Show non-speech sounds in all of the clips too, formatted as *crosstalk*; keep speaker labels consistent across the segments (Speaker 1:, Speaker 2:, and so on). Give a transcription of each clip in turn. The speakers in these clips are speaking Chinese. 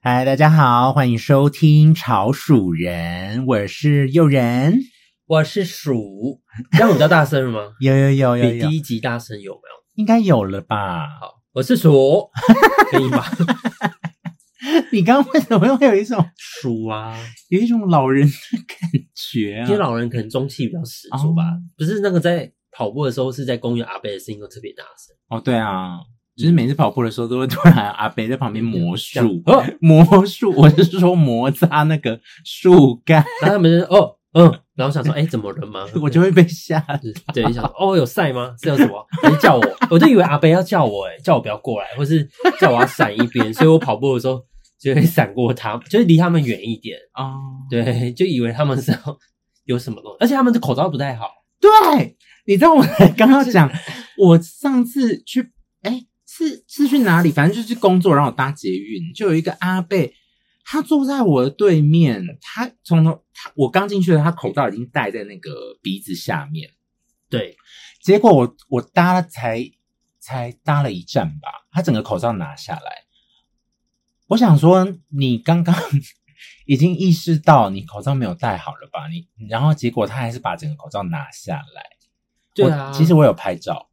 Speaker 1: 嗨，大家好，欢迎收听《潮鼠人》，我是诱人，？
Speaker 2: 我是鼠，这样比较大声了吗
Speaker 1: *laughs* 有有有有
Speaker 2: 比
Speaker 1: 有
Speaker 2: 第，一集大声有没有？
Speaker 1: 应该有了吧？
Speaker 2: 好，我是鼠，可以吧？
Speaker 1: *laughs* 你刚刚为什么会有一种
Speaker 2: 鼠啊，
Speaker 1: 有一种老人的感觉
Speaker 2: 因为
Speaker 1: 啊？
Speaker 2: 老人可能中气比较十足吧，
Speaker 1: 哦
Speaker 2: 不是那个在跑步的时候是在公园阿伯的声音都特别大声，
Speaker 1: 哦，对啊，就是每次跑步的时候都会突然阿北在旁边魔
Speaker 2: 这样
Speaker 1: 术，
Speaker 2: 哦，
Speaker 1: *laughs* 魔术，我是说摩擦那个树干，
Speaker 2: 然后他们就哦嗯，然
Speaker 1: *laughs*
Speaker 2: 后想说哎、怎么了吗？
Speaker 1: 我就会被吓。 *laughs*
Speaker 2: 是对，就想说哦有赛吗？是有什么？还是叫我？我就以为阿伯要叫我、哎，叫我不要过来，或是叫我要闪一边，所以我跑步的时候就会闪过他，就是离他们远一点。
Speaker 1: 哦，
Speaker 2: *laughs* 对，就以为他们是要有什么东西，而且他们的口罩不太好，
Speaker 1: 对，你知道我刚刚讲，我上次去，哎，是是去哪里？反正就是工作，然后我搭捷运，就有一个阿贝，他坐在我的对面，他从头，他我刚进去的时候，他口罩已经戴在那个鼻子下面，
Speaker 2: 对，
Speaker 1: 结果我我搭了才才搭了一站吧，他整个口罩拿下来，我想说你刚刚已经意识到你口罩没有戴好了吧？你然后结果他还是把整个口罩拿下来。
Speaker 2: 对啊，
Speaker 1: 我其实我有拍照，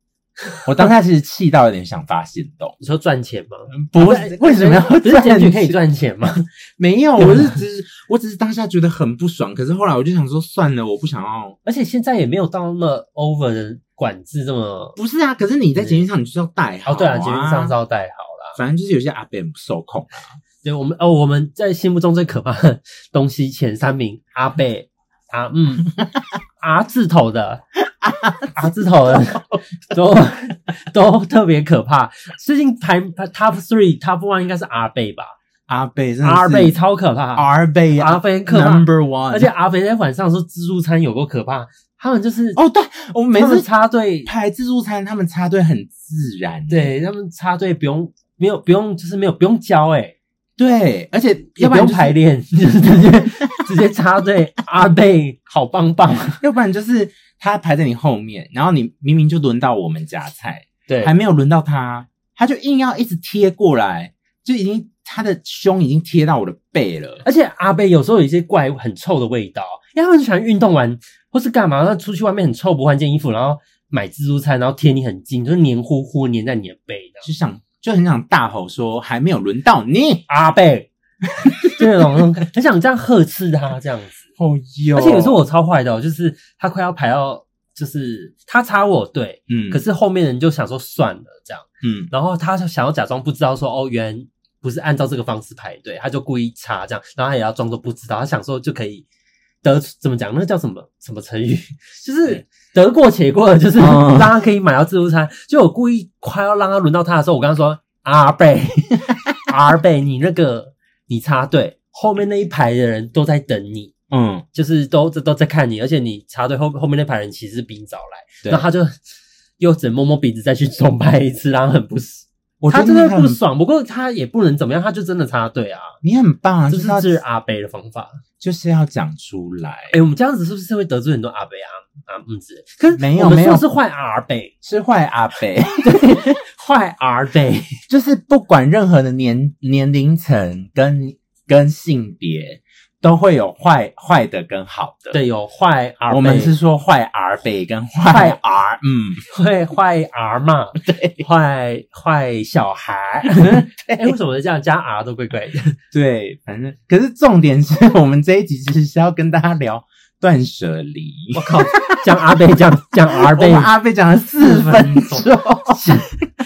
Speaker 1: 我当下其实气到有点想发现动 *laughs*
Speaker 2: 你说赚钱吗？
Speaker 1: 啊不是为什么要
Speaker 2: 不是
Speaker 1: 这
Speaker 2: 检
Speaker 1: 样啊
Speaker 2: 举可以？赚钱吗？
Speaker 1: 没有，我是只是我只是当下觉得很不爽，可是后来我就想说算了，我不想要。
Speaker 2: *laughs* 而且现在也没有到那么 over 的管制这么，
Speaker 1: 不是啊，可是你在节目上你就是要戴好、
Speaker 2: 哦，对啊，捷运上是
Speaker 1: 照，
Speaker 2: 要戴好啦。
Speaker 1: 反正就是有些阿伯很不受控。
Speaker 2: 对，我们哦，我们在心目中最可怕的东西前三名，阿贝、阿嗯、阿字头的、 *laughs* 阿字头的，都都特别可怕。最近排呃 top three、top one 应该是阿贝吧？
Speaker 1: 阿贝真的是
Speaker 2: 阿贝超可怕，
Speaker 1: 阿贝
Speaker 2: 阿贝很可怕，
Speaker 1: number one，
Speaker 2: 而且阿肥在晚上说自助餐有够可怕，他们就是
Speaker 1: 哦，对，我们每
Speaker 2: 他们
Speaker 1: 次
Speaker 2: 插队，
Speaker 1: 排自助餐，他们插队很自然，
Speaker 2: 对他们插队不用没有不用就是没有不用教哎、欸，
Speaker 1: 对，而且要
Speaker 2: 也不
Speaker 1: 然
Speaker 2: 用
Speaker 1: 就是
Speaker 2: 排练，就是直接 *laughs* 直接插队，阿贝好棒棒，啊
Speaker 1: 要不然就是他排在你后面，然后你明明就轮到我们夹菜，
Speaker 2: 对
Speaker 1: 还没有轮到他，他就硬要一直贴过来，就已经他的胸已经贴到我的背了。
Speaker 2: 而且阿贝有时候有一些怪很臭的味道，因为他们喜欢运动完或是干嘛，然后出去外面很臭，不换件衣服，然后买自助餐，然后贴你很近，就是黏糊糊黏在你的背的。
Speaker 1: 就想就很想大吼说还没有轮到你，
Speaker 2: 阿贝， *laughs* 就那种那种很想这样呵斥他这样子。
Speaker 1: 哦哟
Speaker 2: 而且有时候我超坏的、哦，就是他快要排到，就是他插我对，
Speaker 1: 嗯，
Speaker 2: 可是后面人就想说算了这样，
Speaker 1: 嗯
Speaker 2: 然后他就想要假装不知道说哦，原来不是按照这个方式排队，他就故意插这样，然后他也要装作不知道，他想说就可以得怎么讲，那个叫什么什么成语，就是
Speaker 1: 对。
Speaker 2: 得过且过，就是
Speaker 1: 嗯
Speaker 2: 让他可以买到自助餐。就我故意快要让他轮到他的时候，我跟他说：“阿
Speaker 1: *laughs*
Speaker 2: 贝，阿贝，你那个你插队，后面那一排的人都在等你，
Speaker 1: 嗯，
Speaker 2: 就是都都都在看你，而且你插队后后面那排人其实是比你早来，
Speaker 1: 对
Speaker 2: 然后他就又只能摸摸鼻子再去重拍一次，然后很不爽。
Speaker 1: 我觉
Speaker 2: 他
Speaker 1: 得
Speaker 2: 真
Speaker 1: 你
Speaker 2: 的
Speaker 1: 很
Speaker 2: 不爽，不过他也不能怎么样，他就真的插队啊，
Speaker 1: 你很棒啊，就
Speaker 2: 这
Speaker 1: 是是要
Speaker 2: 这是阿北的方法。
Speaker 1: 就是要讲出来，
Speaker 2: 哎、我们这样子是不是会得罪很多阿北啊啊嗯子？可是
Speaker 1: 没有
Speaker 2: 我们
Speaker 1: 没有
Speaker 2: 说是坏阿北，
Speaker 1: 是坏阿
Speaker 2: *laughs*
Speaker 1: 北。
Speaker 2: 坏阿
Speaker 1: *laughs*
Speaker 2: 北，
Speaker 1: 就是不管任何的年年龄层跟跟性别，都会有坏坏的跟好的。，
Speaker 2: 对，有坏阿北，
Speaker 1: 我们是说坏 R 北跟 *laughs*
Speaker 2: 坏
Speaker 1: 坏 R，嗯，
Speaker 2: 坏坏
Speaker 1: *laughs*
Speaker 2: 阿嘛，对，坏坏小孩。哎、为什么这样加 R 都怪怪的？
Speaker 1: 对，反正可是重点是我们这一集其实是要跟大家聊断舍 *laughs* 离。
Speaker 2: 我靠，讲阿北讲讲阿
Speaker 1: 我
Speaker 2: 北
Speaker 1: 们。阿贝讲了四分钟，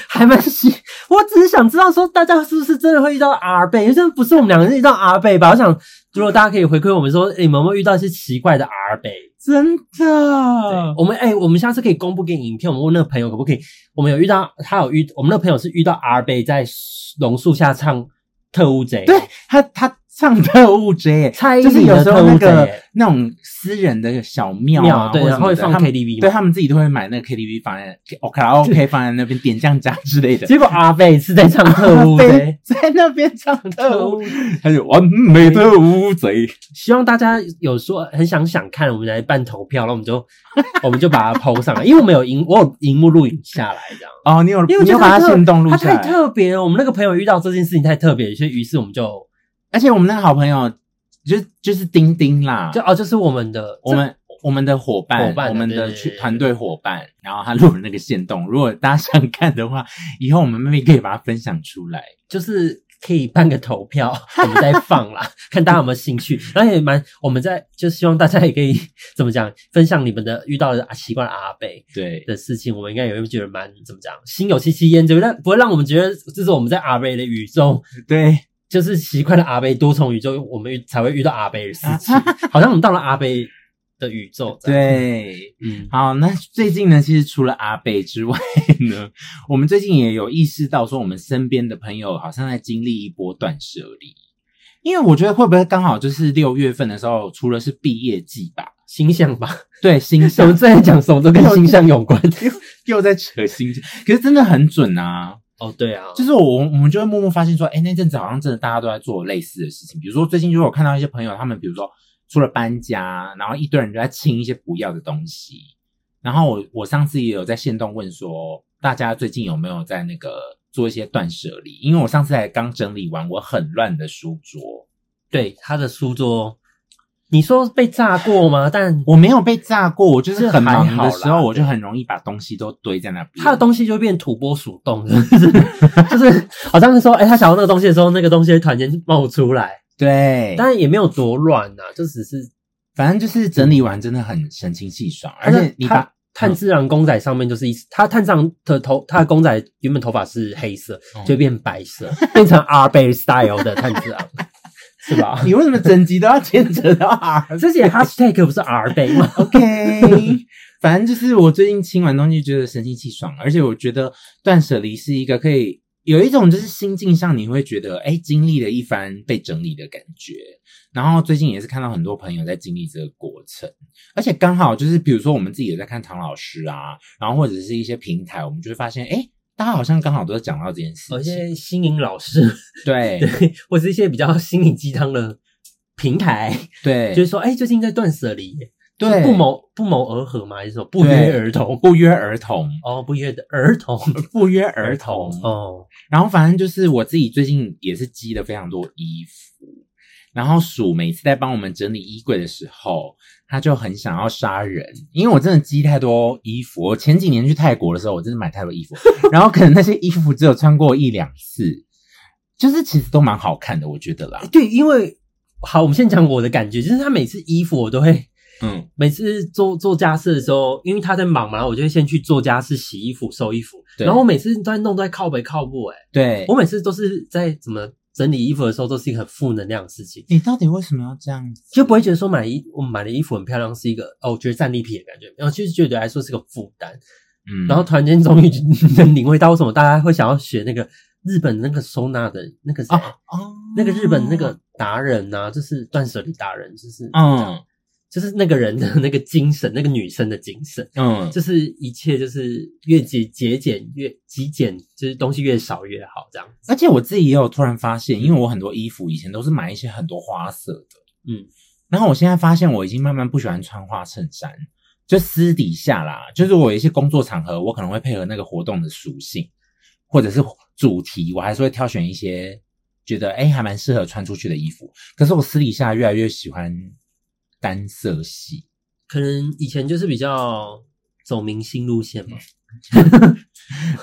Speaker 2: 还蛮喜，我只是想知道说大家是不是真的会遇到 R 贝，因为这不是我们两个人遇到 R 贝吧？我想如果大家可以回馈我们说，诶你们有没有遇到一些奇怪的 R 贝？
Speaker 1: *laughs* 真的
Speaker 2: 对，我们诶、我们下次可以公布给你影片，我们问那个朋友可不可以？我们有遇到他有遇，我们那个朋友是遇到 R 贝在榕树下唱特务贼，
Speaker 1: 对他他唱特务 J，
Speaker 2: 蔡依
Speaker 1: 就是
Speaker 2: 林
Speaker 1: 有
Speaker 2: 的
Speaker 1: 时候
Speaker 2: 特
Speaker 1: 那
Speaker 2: 务贼
Speaker 1: 个
Speaker 2: 欸。
Speaker 1: 那种私人的小庙
Speaker 2: 妙
Speaker 1: 啊，
Speaker 2: 对，
Speaker 1: 或者
Speaker 2: 然后会
Speaker 1: 什么
Speaker 2: 放
Speaker 1: 的他们
Speaker 2: KTV
Speaker 1: 对
Speaker 2: 嘛。
Speaker 1: 他们自己都会买那个 KTV 放在哦卡拉 OK 放在那边点酱加之类的。
Speaker 2: 结果阿贝是在唱特务贼
Speaker 1: 被，在那边唱
Speaker 2: 特
Speaker 1: 特
Speaker 2: 务
Speaker 1: 务，还有完美的乌贼，
Speaker 2: 希望大家有说很想想看，我们来办投票，然后我们就 *laughs* 我们就把它 PO 上来，因为我们有荧我有荧幕录影下来这样。
Speaker 1: 哦，你有
Speaker 2: 因为我
Speaker 1: 你
Speaker 2: 觉
Speaker 1: 有
Speaker 2: 得
Speaker 1: 把
Speaker 2: 它
Speaker 1: 它
Speaker 2: 特
Speaker 1: 行动录
Speaker 2: 它
Speaker 1: 下
Speaker 2: 太
Speaker 1: 来，
Speaker 2: 特别了，我们那个朋友遇到这件事情太特别，所以于是我们就
Speaker 1: 而且我们那个好朋友就就是丁丁啦，
Speaker 2: 就哦，就是我们的
Speaker 1: 我们我们的伙伴，
Speaker 2: 伙伴啊
Speaker 1: 我们
Speaker 2: 对
Speaker 1: 的
Speaker 2: 对
Speaker 1: 去
Speaker 2: 对
Speaker 1: 团队伙伴，然后他录了那个线动，如果大家想看的话，以后我们 maybe 可以把它分享出来。
Speaker 2: 这就是可以办个投票，我们再放啦， *laughs* 看大家有没有兴趣。然后也蛮，我们在就希望大家也可以怎么讲，分享你们的遇到的啊习惯的阿贝
Speaker 1: 对，
Speaker 2: 的事情，我们应该也会觉得蛮怎么讲，心有戚戚焉，就不让不会让我们觉得这是我们在阿贝的宇宙。
Speaker 1: 对，
Speaker 2: 就是习惯了阿贝多重宇宙，我们遇才会遇到阿贝的事情， *laughs* 好像我们到了阿贝的宇宙。，
Speaker 1: 对。
Speaker 2: 嗯，
Speaker 1: 好，那最近呢，其实除了阿北之外呢，我们最近也有意识到说，我们身边的朋友好像在经历一波断舍离。因为我觉得会不会刚好就是六月份的时候，除了是毕业季吧，
Speaker 2: 星象吧，
Speaker 1: 对，星
Speaker 2: *laughs* 我
Speaker 1: 象
Speaker 2: 们最近讲什么都跟星象有关。
Speaker 1: *laughs* 又在扯星象，可是真的很准啊。
Speaker 2: *laughs* 哦，对啊，
Speaker 1: 就是我我们就会默默发现说，哎、那阵子好像真的大家都在做类似的事情。比如说最近就有看到一些朋友，他们比如说除了搬家，然后一堆人就在清一些不要的东西。然后我我上次也有在线动问说，大家最近有没有在那个做一些断舍离？因为我上次才刚整理完我很乱的书桌，
Speaker 2: 对他的书桌，你说被炸过吗？ *laughs* 但
Speaker 1: 我没有被炸过，我就是很
Speaker 2: 这还
Speaker 1: 忙
Speaker 2: 好
Speaker 1: 的
Speaker 2: 啦
Speaker 1: 时候，我就很容易把东西都堆在那边。
Speaker 2: 他的东西就会变土拨鼠洞， *laughs* 就是就是好像是说，哎、他想要那个东西的时候，那个东西会突然间冒出来，
Speaker 1: 对，
Speaker 2: 当然也没有多乱呐、就只是
Speaker 1: 反正就是整理完真的很神清气爽，
Speaker 2: 它
Speaker 1: 而
Speaker 2: 的
Speaker 1: 且你把
Speaker 2: 它啊炭治郎公仔上面就是一，他炭治郎的头，他的公仔原本头发是黑色
Speaker 1: 嗯，
Speaker 2: 就变白色，变成 R b a style 的炭治郎， *laughs* 是吧？
Speaker 1: 你为什么整集都要牵扯到 R？
Speaker 2: 这些 hashtag 不是 R b a 吗？
Speaker 1: OK，反正 *laughs* 就是我最近清完东西，觉得神清气爽，而且我觉得断舍离是一个可以有一种就是心境上你会觉得哎、经历了一番被整理的感觉。然后最近也是看到很多朋友在经历这个过程，而且刚好就是比如说我们自己也在看唐老师啊，然后或者是一些平台，我们就会发现哎、大家好像刚好哦都在讲到这件事
Speaker 2: 有一
Speaker 1: 情，
Speaker 2: 些新颖老师，
Speaker 1: 对
Speaker 2: 对，或是一些比较心灵鸡汤的平台，
Speaker 1: 对，
Speaker 2: 就是说，哎、最近在断舍离耶，
Speaker 1: 对
Speaker 2: 是不谋不谋而合嘛，还是说不
Speaker 1: 对
Speaker 2: 约而同？
Speaker 1: 不约而同，
Speaker 2: 哦，不约的儿童，
Speaker 1: 不约而同，
Speaker 2: 哦，
Speaker 1: 然后反正就是我自己最近也是积了非常多衣服，然后鼠每次在帮我们整理衣柜的时候，他就很想要杀人，因为我真的积太多衣服。我前几年去泰国的时候，我真的买太多衣
Speaker 2: *laughs*
Speaker 1: 服，然后可能那些衣服只有穿过一两次，就是其实都蛮好看的，我觉得啦
Speaker 2: 哎。对，因为好，我们先讲我的感觉，就是他每次衣服我都会。
Speaker 1: 嗯，
Speaker 2: 每次做做家事的时候，因为他在忙嘛，然后我就会先去做家事、洗衣服、收衣服。
Speaker 1: 对
Speaker 2: 然后我每次都在弄，都在靠北靠步、欸。
Speaker 1: 对
Speaker 2: 我。每次都是在怎么整理衣服的时候，都是一个很负能量的事情，
Speaker 1: 你到底为什么要这样子？
Speaker 2: 就不会觉得说买衣我买的衣服很漂亮是一个哦，我觉得战利品的感觉，然后就是觉得来说是个负担。
Speaker 1: 嗯
Speaker 2: 然后突然间终于 *laughs* 能领会到为什么大家会想要学那个日本那个收纳的那个谁、
Speaker 1: 啊哦，
Speaker 2: 那个日本那个达人呐、就是断舍离达人，就是
Speaker 1: 嗯
Speaker 2: 就是那个人的那个精神，那个女生的精神。
Speaker 1: 嗯，
Speaker 2: 就是一切就是越节节俭越极简，就是东西越少越好这样。
Speaker 1: 而且我自己也有突然发现，因为我很多衣服以前都是买一些很多花色的，
Speaker 2: 嗯，
Speaker 1: 然后我现在发现我已经慢慢不喜欢穿花衬衫，就私底下啦，就是我有一些工作场合，我可能会配合那个活动的属性或者是主题，我还是会挑选一些觉得哎、诶还蛮适合穿出去的衣服。可是我私底下越来越喜欢单色系， *laughs*
Speaker 2: 可能以前就是比较走明星路线嘛，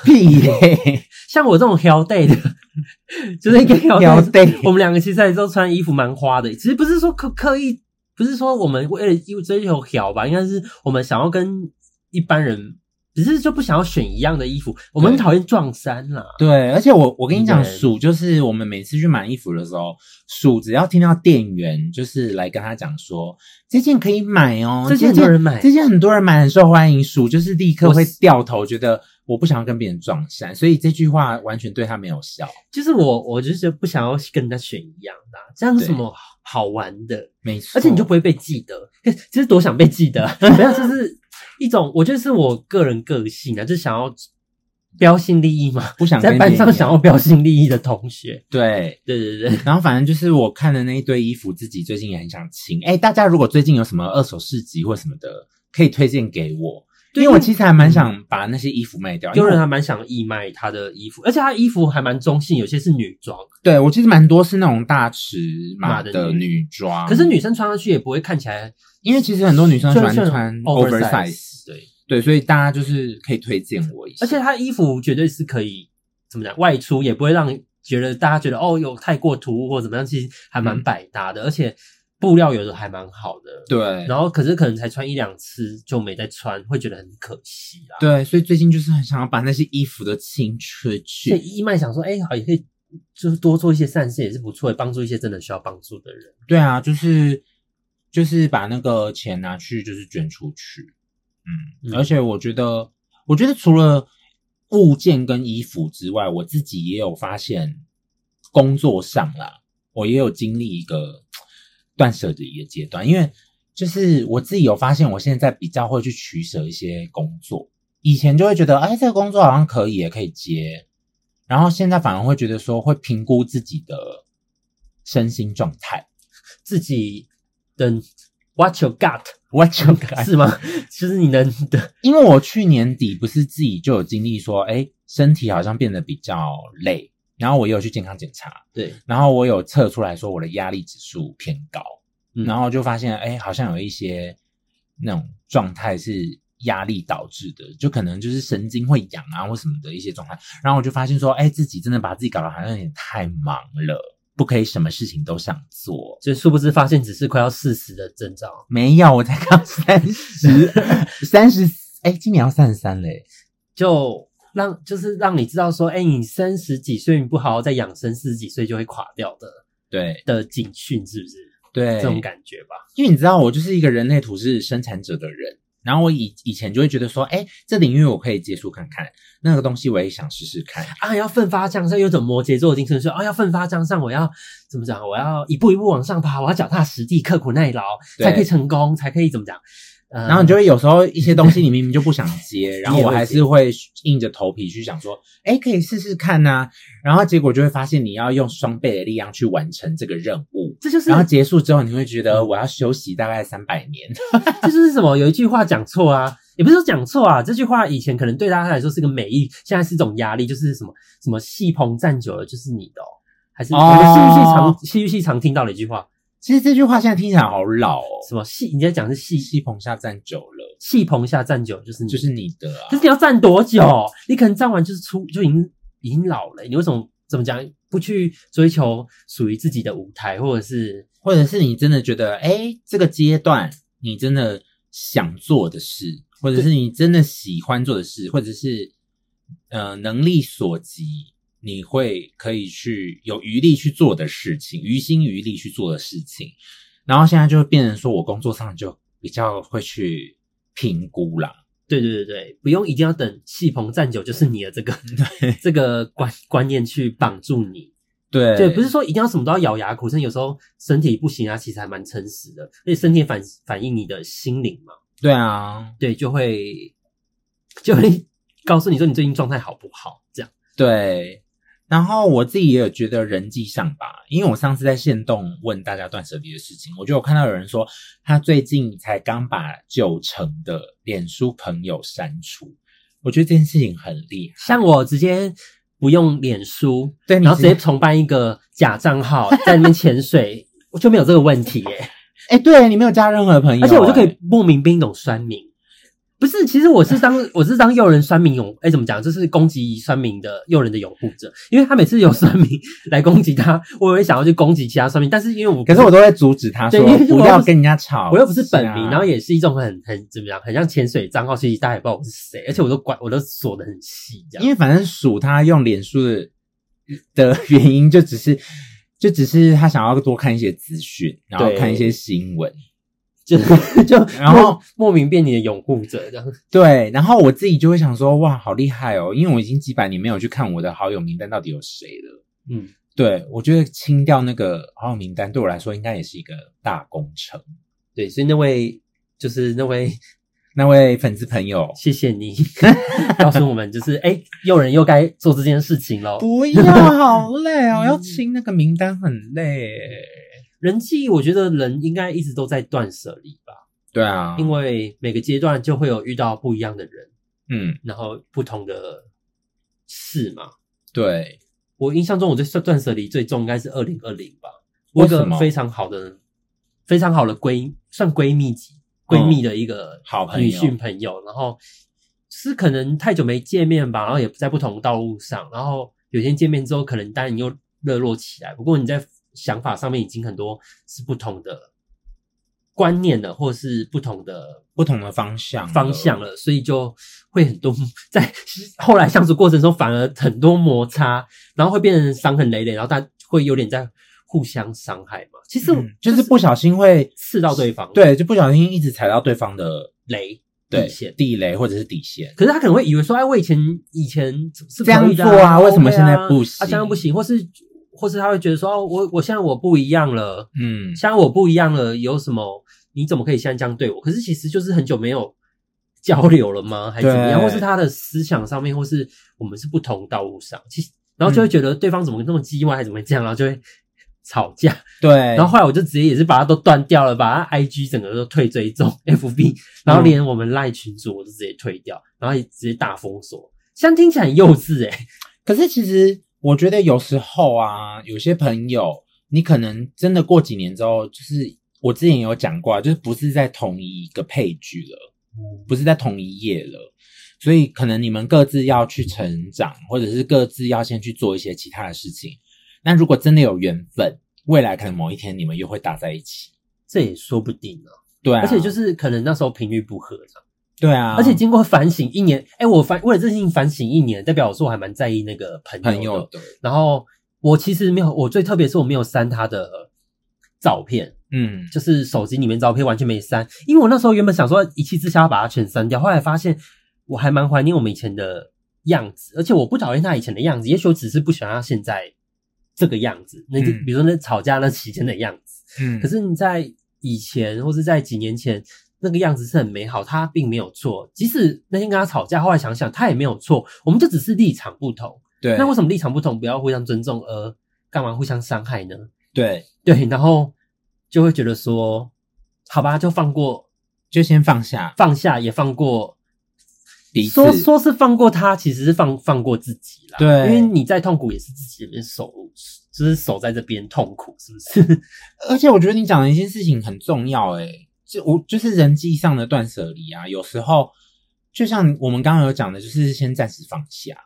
Speaker 1: 屁耶、
Speaker 2: 像我这种 hell day 的， *laughs* 就是一个 hell day，,
Speaker 1: Hell day
Speaker 2: 我们两个其实还都穿衣服蛮花的，其实不是说刻刻意，不是说我们为了因为追求 hell 吧，应该是我们想要跟一般人，只是就不想要选一样的衣服，我们很
Speaker 1: 对
Speaker 2: 讨厌撞衫啦。
Speaker 1: 对，而且我我跟你讲，
Speaker 2: 对
Speaker 1: 鼠就是我们每次去买衣服的时候，鼠只要听到店员就是来跟他讲说这件可以买哦，
Speaker 2: 这件很多人买
Speaker 1: 这件很多人买，很受欢迎，鼠就是立刻会掉头，觉得我不想要跟别人撞衫，所以这句话完全对他没有效，
Speaker 2: 就是我，我就是不想要跟人家选一样的啊、这样有什么好玩的？
Speaker 1: 没错，
Speaker 2: 而且你就不会被记得，其实多想被记得啊， *laughs* 没有，就是一种，我觉得是我个人个性啊，就是想要标新立异嘛，
Speaker 1: 不想跟
Speaker 2: 在班
Speaker 1: 别人
Speaker 2: 上
Speaker 1: 一样
Speaker 2: 想要标新立异的同学，
Speaker 1: 对。
Speaker 2: 对对 *laughs* 对，
Speaker 1: 然后反正就是我看的那一堆衣服，自己最近也很想清。哎，大家如果最近有什么二手市集或什么的，可以推荐给我，因为我其实还蛮想把那些衣服卖掉，因
Speaker 2: 有
Speaker 1: 为
Speaker 2: 人
Speaker 1: 我
Speaker 2: 还蛮想义卖他的衣服，而且他衣服还蛮中性，有些是女装，
Speaker 1: 对我其实蛮多是那种大尺码
Speaker 2: 码的
Speaker 1: 的
Speaker 2: 女
Speaker 1: 女装，
Speaker 2: 可是女生穿上去也不会看起来
Speaker 1: 因为其实很多女生喜欢
Speaker 2: 就是
Speaker 1: 穿 oversize，
Speaker 2: oversize，对，
Speaker 1: 对，所以大家就是可以推荐我一下。
Speaker 2: 而且他衣服绝对是可以怎么讲，外出也不会让觉得大家觉得哦有太过突兀或怎么样，其实还
Speaker 1: 嗯
Speaker 2: 蛮百搭的，而且布料有的还蛮好的。
Speaker 1: 对
Speaker 2: 然后可是可能才穿一两次就没再穿，会觉得很可惜啊。
Speaker 1: 对，所以最近就是很想要把那些衣服都清出
Speaker 2: 所以
Speaker 1: 去。
Speaker 2: 义卖想说，哎、好也可以，就是多做一些善事也是不错的，帮助一些真的需要帮助的人。
Speaker 1: 对啊，就是就是把那个钱拿去就是捐出去。嗯，
Speaker 2: 嗯
Speaker 1: 而且我觉得，我觉得除了物件跟衣服之外，我自己也有发现，工作上啦，我也有经历一个断舍离的阶段，因为就是我自己有发现，我现在比较会去取舍一些工作，以前就会觉得，哎，这个工作好像可以，也可以接，然后现在反而会觉得说，会评估自己的身心状态。
Speaker 2: 自己等 what you got
Speaker 1: 我就感，
Speaker 2: 是吗？ *laughs* 就是你能
Speaker 1: *laughs*
Speaker 2: 的，
Speaker 1: 因为我去年底不是自己就有经历说，哎，身体好像变得比较累，然后我也有去健康检查，
Speaker 2: 对，
Speaker 1: 然后我有测出来说我的压力指数偏高，
Speaker 2: 嗯
Speaker 1: 然后就发现哎，好像有一些那种状态是压力导致的，就可能就是神经会痒啊或什么的一些状态。然后我就发现说，哎，自己真的把自己搞得好像有点太忙了，不可以什么事情都想做。
Speaker 2: 就殊不知发现只是快要四十的征兆，
Speaker 1: 没有，我才刚三
Speaker 2: *laughs*
Speaker 1: 十，三十，哎，今年要三十三嘞。
Speaker 2: 就让就是让你知道说，哎、你三十几岁你不好好再养生，四十几岁就会垮掉的
Speaker 1: 对
Speaker 2: 的警讯，是不是？
Speaker 1: 对，
Speaker 2: 这种感觉吧。
Speaker 1: 因为你知道，我就是一个人类图是生产者的人，然后我以以前就会觉得说，哎，这领域我可以接触看看，那个东西我也想试试看。
Speaker 2: 啊，要奋发向上，有种摩羯座的精神说啊，要奋发向上，我要怎么讲？我要一步一步往上爬，我要脚踏实地，刻苦耐劳，
Speaker 1: 对
Speaker 2: 才可以成功，才可以怎么讲？呃，
Speaker 1: 然后你就会有时候一些东西你明明就不想接，然后我还是会硬着头皮去想说，哎，可以试试看呐、然后结果就会发现你要用双倍的力量去完成这个任务，
Speaker 2: 这就是
Speaker 1: 然后结束之后你会觉得我要休息大概三百年。 *laughs*
Speaker 2: 这就是什么？有一句话讲错啊，也不是说讲错啊，这句话以前可能对大家来说是个美意，现在是一种压力，就是什么什么戏棚站久了就是你的、哦，还是
Speaker 1: 哦
Speaker 2: 我们戏剧系常戏剧系常听到的一句话，
Speaker 1: 其实这句话现在听起来好老哦，
Speaker 2: 什么戏？你在讲是戏
Speaker 1: 西棚下站久了
Speaker 2: 戏棚下站久了就是你哦
Speaker 1: 就是你的啊
Speaker 2: 可，是你要站多久？你可能站完就是出就已经已经老了、你为什么怎么讲不去追求属于自己的舞台，或者是
Speaker 1: 或者是你真的觉得，哎，这个阶段你真的想做的事，或者是你真的喜欢做的事，或者是呃能力所及，你会可以去有余力去做的事情，于心于力去做的事情。然后现在就变成说我工作上就比较会去评估啦，
Speaker 2: 对对对对，不用一定要等戏棚站久就是你的这个这个观观念去绑住你。
Speaker 1: 对
Speaker 2: 对，不是说一定要什么都要咬牙苦撑，有时候身体不行啊，其实还蛮诚实的，而且身体反反映你的心灵嘛，
Speaker 1: 对啊，
Speaker 2: 对，就会就会告诉你说你最近状态好不好，这样。
Speaker 1: 对，然后我自己也有觉得人际上吧，因为我上次在线动问大家断舍离的事情，我就有看到有人说他最近才刚把九成的脸书朋友删除，我觉得这件事情很厉害。
Speaker 2: 像我直接不用脸书，
Speaker 1: 对你
Speaker 2: 然后直接
Speaker 1: 直
Speaker 2: 重办一个假账 *laughs* 号在里面潜水，我就没有这个问题耶。
Speaker 1: 哎，对你没有加任何朋友，欸
Speaker 2: 而且我就可
Speaker 1: 诶
Speaker 2: 以莫名变一种酸民。不是，其实我是 *laughs* 当我是当诱人酸民拥，哎，怎么讲？就是攻击酸民的诱人的拥护者，因为他每次有酸民来攻击他， *laughs* 我也会想要去攻击其他酸民，但是因为我
Speaker 1: 可是我都会阻止他说
Speaker 2: 对因为
Speaker 1: 不
Speaker 2: 我
Speaker 1: 要
Speaker 2: 不是
Speaker 1: 跟人家吵，
Speaker 2: 我又不是本名，
Speaker 1: 啊
Speaker 2: 然后也是一种很很怎么样，很像潜水账号，其实大家也不知道我是谁，而且我都管我都锁的很细，这样。
Speaker 1: 因为反正数他用脸书的的原因，就只是就只是他想要多看一些资讯，然后
Speaker 2: 对
Speaker 1: 看一些新闻。
Speaker 2: 就 *laughs* 就
Speaker 1: 然后
Speaker 2: 莫莫名变你的拥护者这样。
Speaker 1: 对，然后我自己就会想说，哇，好厉害哦！因为我已经几百年没有去看我的好友名单到底有谁了。
Speaker 2: 嗯，
Speaker 1: 对，我觉得清掉那个好友名单对我来说应该也是一个大工程。
Speaker 2: 对，所以那位就是那位，
Speaker 1: 那位粉丝朋友，
Speaker 2: 谢谢你 *laughs* 告诉我们，就是哎，又人又该做这件事情喽。
Speaker 1: *laughs* 不 *laughs* 要，好累哦，要清那个名单很累。
Speaker 2: 人际，我觉得人应该一直都在断舍离吧。
Speaker 1: 对啊，
Speaker 2: 因为每个阶段就会有遇到不一样的人，
Speaker 1: 嗯，
Speaker 2: 然后不同的事嘛。
Speaker 1: 对，
Speaker 2: 我印象中，我对断舍离最重应该是二零二零吧。我有一
Speaker 1: 为
Speaker 2: 个
Speaker 1: 什么
Speaker 2: 非常好的、非常好的闺算闺蜜级闺蜜的一个
Speaker 1: 嗯好朋友
Speaker 2: 女性朋友，然后是可能太久没见面吧，然后也在不同道路上，然后有一天见面之后，可能当然又热络起来。不过你在想法上面已经很多是不同的观念了，或是不同的
Speaker 1: 不同的方向嗯
Speaker 2: 方向，了，所以就会很多 *laughs* 在后来相处过程中反而很多摩擦，然后会变成伤痕累累，然后大家会有点在互相伤害嘛。其实
Speaker 1: 嗯，就是不小心会
Speaker 2: 刺到对方，
Speaker 1: 对，就不小心一直踩到对方的
Speaker 2: 雷
Speaker 1: 对
Speaker 2: 底线。
Speaker 1: 地雷或者是底线，
Speaker 2: 可是他可能会以为说，哎，我以前以前是是
Speaker 1: 这样
Speaker 2: 可以的
Speaker 1: 做啊
Speaker 2: 啊，
Speaker 1: 为什么
Speaker 2: OK
Speaker 1: 现在
Speaker 2: 啊
Speaker 1: 不行
Speaker 2: 啊，现在不行，或是或是他会觉得说，哦，我我现在我不一样了，
Speaker 1: 嗯，
Speaker 2: 现在我不一样了，有什么？你怎么可以现在这样对我？可是其实就是很久没有交流
Speaker 1: *laughs*
Speaker 2: 了吗？还是怎么样？
Speaker 1: 对
Speaker 2: 或是他的思想上面，或是我们是不同道路上，其实然后就会觉得对方怎么那么叽歪，还怎么会这样，然后就会吵架。
Speaker 1: 对，
Speaker 2: 然后后来我就直接也是把他都断掉了，把他 IG 整个都退追踪
Speaker 1: 嗯
Speaker 2: FB，然后连我们赖群主我都直接退掉，然后也直接大封锁。现在听起来很幼稚哎、
Speaker 1: 可是其实我觉得有时候啊，有些朋友，你可能真的过几年之后，就是我之前有讲过啊，就是不是在同一个配剧了，
Speaker 2: 嗯
Speaker 1: 不是在同一页了，所以可能你们各自要去成长，或者是各自要先去做一些其他的事情。那如果真的有缘分，未来可能某一天你们又会搭在一起。
Speaker 2: 这也说不定啊。
Speaker 1: 对啊、
Speaker 2: 而且就是可能那时候频率不合这
Speaker 1: 对
Speaker 2: 样。
Speaker 1: 啊，
Speaker 2: 而且经过反省一年，哎、我反为了这事情反省一年，代表我说我还蛮在意那个朋友的
Speaker 1: 朋友的，
Speaker 2: 然后我其实没有，我最特别是我没有删他的照片，
Speaker 1: 嗯，
Speaker 2: 就是手机里面照片完全没删，因为我那时候原本想说一气之下要把它全删掉，后来发现我还蛮怀念我们以前的样子，而且我不讨厌他以前的样子，也许我只是不喜欢他现在这个样子，那就
Speaker 1: 嗯
Speaker 2: 比如说那吵架那期间的样子。
Speaker 1: 嗯
Speaker 2: 可是你在以前或是在几年前那个样子是很美好，他并没有错。即使那天跟他吵架，后来想想他也没有错，我们就只是立场不同。
Speaker 1: 对，
Speaker 2: 那为什么立场不同不要互相尊重，而干嘛互相伤害呢？
Speaker 1: 对，
Speaker 2: 对，然后就会觉得说，好吧，就放过，
Speaker 1: 就先放下
Speaker 2: 放下也放过。
Speaker 1: 彼此，
Speaker 2: 说说是放过他，其实是放放过自己啦。
Speaker 1: 对
Speaker 2: 因为你在痛苦也是自己这边守，就是守在这边痛苦，是不是？
Speaker 1: 而且我觉得你讲的一件事情很重要、欸，诶，就我就是人际上的断舍离啊，有时候就像我们刚刚有讲的，就是先暂时放下，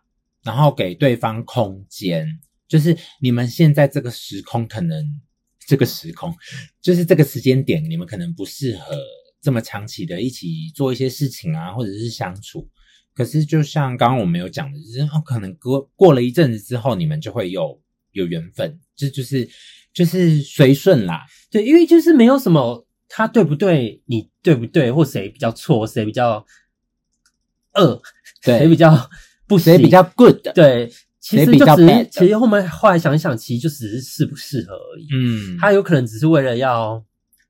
Speaker 1: 然后给对方空间，就是你们现在这个时空可能这个时空就是这个时间点，你们可能不适合这么长期的一起做一些事情啊，或者是相处。可是就像刚刚我们有讲的，就是哦，可能过过了一阵子之后，你们就会有有缘分，这就是就是随顺啦，
Speaker 2: 对，因为就是没有什么他对不对，你对不对，或谁比较错，谁比较恶，谁比
Speaker 1: 对，
Speaker 2: 较不行
Speaker 1: 谁比较 good 的，
Speaker 2: 对，其
Speaker 1: 谁
Speaker 2: 实
Speaker 1: 比
Speaker 2: 就
Speaker 1: 较
Speaker 2: 只是
Speaker 1: bad 嗯
Speaker 2: 其实后面后来想一想，其实就只是适不适合而已。
Speaker 1: 嗯，
Speaker 2: 他有可能只是为了要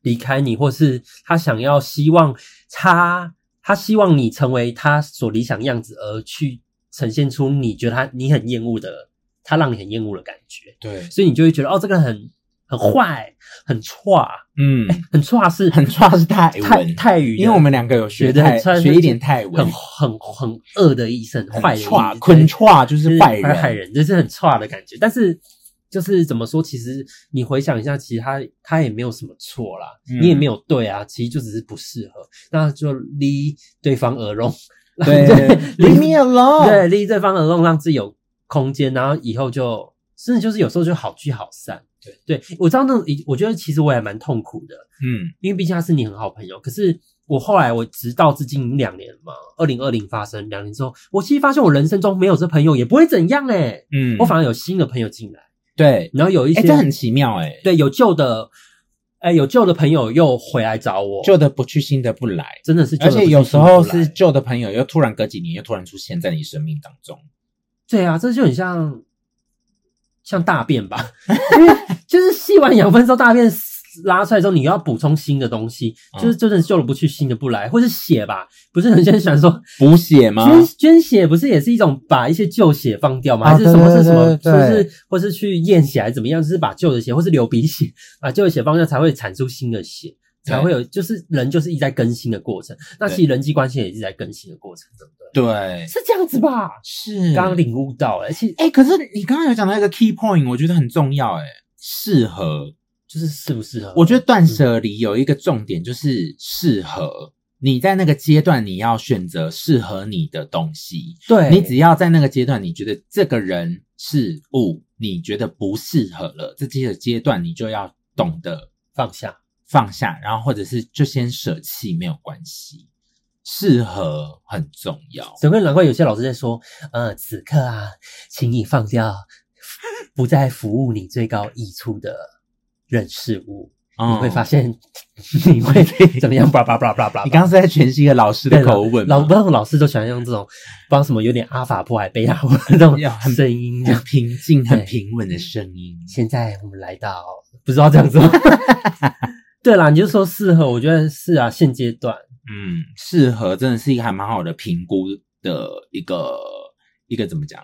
Speaker 2: 离开你，或是他想要希望他他希望你成为他所理想样子，而去呈现出你觉得他你很厌恶的，他让你很厌恶的感觉，
Speaker 1: 对，
Speaker 2: 所以你就会觉得哦，这个人很很坏，很差。
Speaker 1: 嗯，
Speaker 2: 很差是哎
Speaker 1: 很差是泰
Speaker 2: 泰
Speaker 1: 文，
Speaker 2: 泰语的，
Speaker 1: 因为我们两个有学
Speaker 2: 学得
Speaker 1: 泰
Speaker 2: 很差
Speaker 1: 学一点泰文
Speaker 2: 很，很很恶的意思，很坏的意思，
Speaker 1: 差，
Speaker 2: 对
Speaker 1: 坤差就是坏
Speaker 2: 就是坏
Speaker 1: 人，
Speaker 2: 人，就是很差的感觉。但是就是怎么说，其实你回想一下，其实他他也没有什么错啦，
Speaker 1: 嗯
Speaker 2: 你也没有对啊，其实就只是不适合，那就离对方而容，
Speaker 1: 对
Speaker 2: 离
Speaker 1: *laughs* ，Leave me alone，
Speaker 2: 对离对方而容，让自己有空间，然后以后就甚至就是有时候就好聚好散。对，对我知道那种，我觉得其实我也蛮痛苦的，
Speaker 1: 嗯
Speaker 2: 因为毕竟他是你很好朋友。可是我后来我直到至今两年嘛，二零二零发生两年之后，我其实发现我人生中没有这朋友也不会怎样哎、
Speaker 1: 嗯，
Speaker 2: 我反而有新的朋友进来，
Speaker 1: 对，
Speaker 2: 然后有一些、
Speaker 1: 哎，这很奇妙，哎，
Speaker 2: 对有旧的，哎、有旧的朋友又回来找我，
Speaker 1: 旧的不去，新的不来。
Speaker 2: 真的是旧
Speaker 1: 而
Speaker 2: 的不
Speaker 1: 且
Speaker 2: 是新的
Speaker 1: 有时候
Speaker 2: 不来
Speaker 1: 是旧的朋友，又突然隔几年又突然出现在你生命当中。
Speaker 2: 对啊，这就很像像大便
Speaker 1: *laughs*
Speaker 2: 吧，因为就是吸完养分之后，大便拉出来之后，你要补充新的东西，就是
Speaker 1: 嗯
Speaker 2: 真的旧的不去，新的不来，或是血吧，不是很些人喜欢说
Speaker 1: 补血吗？
Speaker 2: 捐捐血不是也是一种把一些旧血放掉吗？
Speaker 1: 啊
Speaker 2: 还是什么
Speaker 1: 对对
Speaker 2: 是什么？
Speaker 1: 对
Speaker 2: 就
Speaker 1: 对
Speaker 2: 是或 *laughs* 是去验血还是怎么样？就是把旧的血或是流鼻血，把旧的血放掉才会产出新的血。才会有，就是人就是一直在更新的过程。那其实人际关系也是在更新的过程，对不对？
Speaker 1: 对，
Speaker 2: 是这样子吧？
Speaker 1: 是
Speaker 2: 刚刚领悟到、欸，而且
Speaker 1: 哎、可是你刚刚有讲到一个 key point，我觉得很重要、哎，适合。
Speaker 2: 就是适不适合？
Speaker 1: 我觉得断舍离有一个重点就是适合。你在那个阶段，你要选择适合你的东西。
Speaker 2: 对
Speaker 1: 你只要在那个阶段，你觉得这个人事物你觉得不适合了，这些的阶段你就要懂得
Speaker 2: 放下，
Speaker 1: 放下，然后或者是就先舍弃，没有关系。适合很重要，
Speaker 2: 整个难怪有些老师在说，呃，此刻啊，请你放掉，不再服务你最高益处的人事物，
Speaker 1: 嗯
Speaker 2: 你会
Speaker 1: *laughs*
Speaker 2: 发现你会怎么样？巴拉巴拉巴拉巴拉。
Speaker 1: 你刚刚是在诠释一个老师的
Speaker 2: 对
Speaker 1: 口吻吗，
Speaker 2: 老不知道老师都喜欢用这种，不知道什么有点阿法波还贝塔波的那
Speaker 1: *laughs*
Speaker 2: 种
Speaker 1: 要很
Speaker 2: 声音。这样
Speaker 1: 很平静、很
Speaker 2: 对
Speaker 1: 平稳的声音。
Speaker 2: 现在我们来到，不知道这样
Speaker 1: *laughs*
Speaker 2: 子吗？对啦，你就说适合，我觉得是啊，现阶段
Speaker 1: 嗯，适合真的是一个还蛮好的评估的一个一个怎么讲，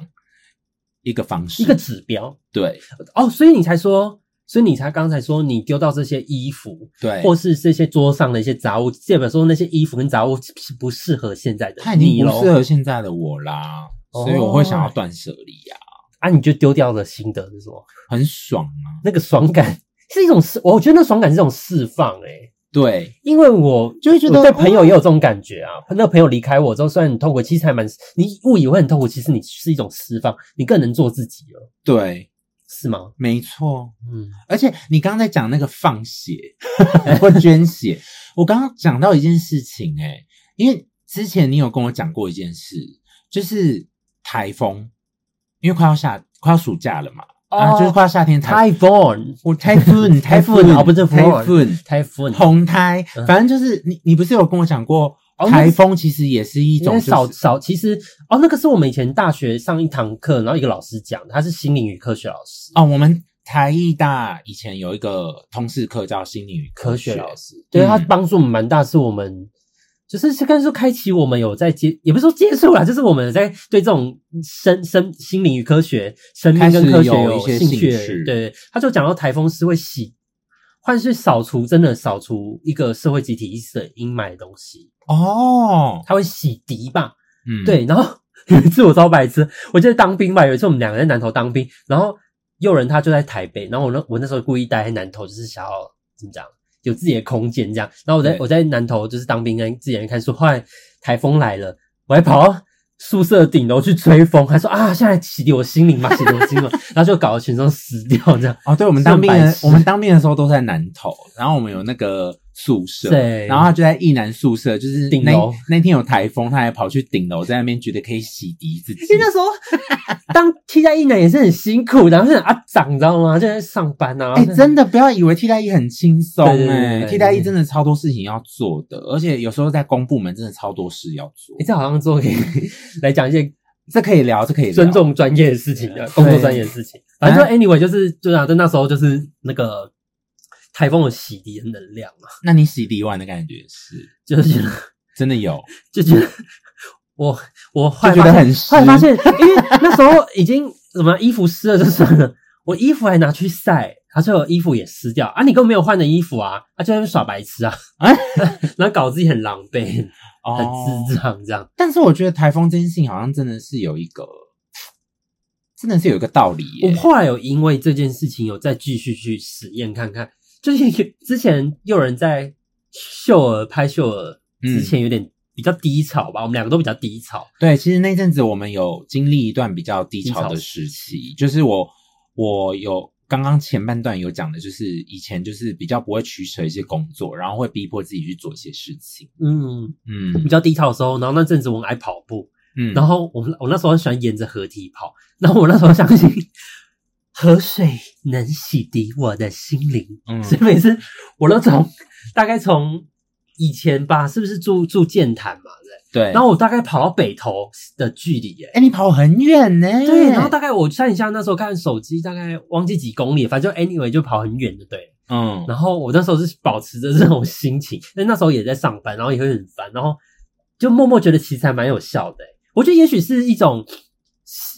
Speaker 1: 一个方式。
Speaker 2: 一个指标
Speaker 1: 对
Speaker 2: 哦，所以你才说，所以你才刚才说你丢到这些衣服，
Speaker 1: 对，
Speaker 2: 或是这些桌上的一些杂物，代表说那些衣服跟杂物是是不适合现在的
Speaker 1: 它已
Speaker 2: 你
Speaker 1: 经不
Speaker 2: 咯
Speaker 1: 适合现在的我啦，所以我会想要断舍离呀、
Speaker 2: 啊，你就丢掉了心得是什么？
Speaker 1: 很爽啊。
Speaker 2: 那个爽感是一种释，我觉得那爽感是一种释放诶、欸
Speaker 1: 对，
Speaker 2: 因为我
Speaker 1: 就会觉得
Speaker 2: 我对朋友也有这种感觉啊。那朋友离开我之后，虽然很痛苦，其实还蛮你误以为很痛苦，其实你是一种释放，你更能做自己了，
Speaker 1: 对，
Speaker 2: 是吗？
Speaker 1: 没错。
Speaker 2: 嗯，
Speaker 1: 而且你刚刚在讲那个放
Speaker 2: *laughs*
Speaker 1: 血或捐血，我刚刚讲到一件事情、欸，因为之前你有跟我讲过一件事，就是台风，因为快要夏快要暑假了嘛，
Speaker 2: 哦
Speaker 1: 啊，就是快要夏天台风
Speaker 2: typhoon
Speaker 1: 我 *laughs* typhoon typhoon
Speaker 2: 哦不是
Speaker 1: typhoon
Speaker 2: typhoon，
Speaker 1: 红胎，
Speaker 2: 嗯
Speaker 1: 反正就是你你不是有跟我讲过，
Speaker 2: 哦那
Speaker 1: 台风其实也是一
Speaker 2: 因
Speaker 1: 种
Speaker 2: 为少
Speaker 1: 就是
Speaker 2: 少，其实哦，那个是我们以前大学上一堂课，然后一个老师讲的，他是心灵与科学老师，
Speaker 1: 哦，我们台艺大以前有一个通识课叫心理与
Speaker 2: 科
Speaker 1: 学
Speaker 2: 学老师，对他
Speaker 1: 嗯
Speaker 2: 帮助我们蛮大，是我们就是是跟说开启我们有在接，也不是说接触啦，就是我们有在对这种生生心灵与科学、生命跟科学
Speaker 1: 开始有一些
Speaker 2: 兴趣
Speaker 1: 兴趣
Speaker 2: 的。对，他就讲到台风是会洗，或者是扫除，真的扫除一个社会集体意识的阴霾的东西，
Speaker 1: 哦，
Speaker 2: 它会洗涤吧。
Speaker 1: 嗯，
Speaker 2: 对，然后 *laughs* 有一次我超白痴，我记得当兵吧，有一次我们两个在南投当兵，然后诱人他就在台北，然后我那我那时候故意待在南投，就是想要怎么讲，有自己的空间这样。然后我在
Speaker 1: 对
Speaker 2: 我在南投就是当兵跟自己人看书，后来台风来了，我还跑到宿舍顶楼去吹风，还说啊，现在洗涤我心灵吧，洗涤我心灵吧，然后就搞得全身湿掉这样。
Speaker 1: 哦，对，我们当兵
Speaker 2: 是很白
Speaker 1: 的
Speaker 2: 痴
Speaker 1: 我们当兵的时候都在南投，然后我们有那个宿舍，
Speaker 2: 对
Speaker 1: 然后他就在一南宿舍，就是
Speaker 2: 顶
Speaker 1: 那
Speaker 2: 楼
Speaker 1: 那天有台风，他还跑去顶楼，在那边觉得可以洗涤自己，
Speaker 2: 因为那时候当替代役男也是很辛苦的，然后是很阿长，你知道吗？就在上班啊，
Speaker 1: 哎、
Speaker 2: 然后
Speaker 1: 真的不要以为替代役很轻松
Speaker 2: 对对对对
Speaker 1: 哎，
Speaker 2: 对
Speaker 1: 替代役真的超多事情要做的，而且有时候在公部门真的超多事要做
Speaker 2: 你、。 *laughs* 这好像做可以来讲一些
Speaker 1: 这可以聊，这可以聊
Speaker 2: 尊。重专业的事情的，工作专业的事情。反正就 anyway 就是就啊，就那时候就是那个台风有洗涤的能量嘛，
Speaker 1: 那你洗涤完的感觉是
Speaker 2: 就是觉得
Speaker 1: 真的有，
Speaker 2: 就觉得我我后来
Speaker 1: 就觉
Speaker 2: 发
Speaker 1: 得
Speaker 2: 现，
Speaker 1: 很湿
Speaker 2: 后来发现，因为那时候已经怎么样衣服湿了就算了，我衣服还拿去晒，他最后衣服也湿掉啊！你根本没有换的衣服啊，啊就在那边耍白痴啊，
Speaker 1: 哎
Speaker 2: *laughs* 然后搞自己很狼狈、 *laughs*
Speaker 1: 哦
Speaker 2: 很智障这样。
Speaker 1: 但是我觉得台风这件事情好像真的是有一个，真的是有一个道理耶
Speaker 2: 我。后来有因为这件事情有再继续去实验看看，就是之前有人在秀儿拍秀儿
Speaker 1: 嗯
Speaker 2: 之前有点比较低潮吧，我们两个都比较低潮，
Speaker 1: 对，其实那阵子我们有经历一段比较低潮的
Speaker 2: 低潮
Speaker 1: 时期，就是我我有刚刚前半段有讲的，就是以前就是比较不会取舍一些工作，然后会逼迫自己去做一些事情。
Speaker 2: 嗯，比
Speaker 1: 嗯
Speaker 2: 较低潮的时候，然后那阵子我很爱跑步，
Speaker 1: 嗯，
Speaker 2: 然后我们我那时候很喜欢沿着河堤跑，然后我那时候相信河水能洗涤我的心灵，
Speaker 1: 嗯
Speaker 2: 所以每次我都从大概从以前吧，是不是住住剑潭嘛？对不对
Speaker 1: 对，
Speaker 2: 然后我大概跑到北投的距离耶、
Speaker 1: 哎、你跑很远呢、
Speaker 2: 对，然后大概我算一下，那时候看手机，大概忘记几公里，反正就 anyway 就跑很远，就对了。
Speaker 1: 嗯，
Speaker 2: 然后我那时候是保持着这种心情，但那时候也在上班，然后也会很烦，然后就默默觉得其实还蛮有效的欸、我觉得也许是一种，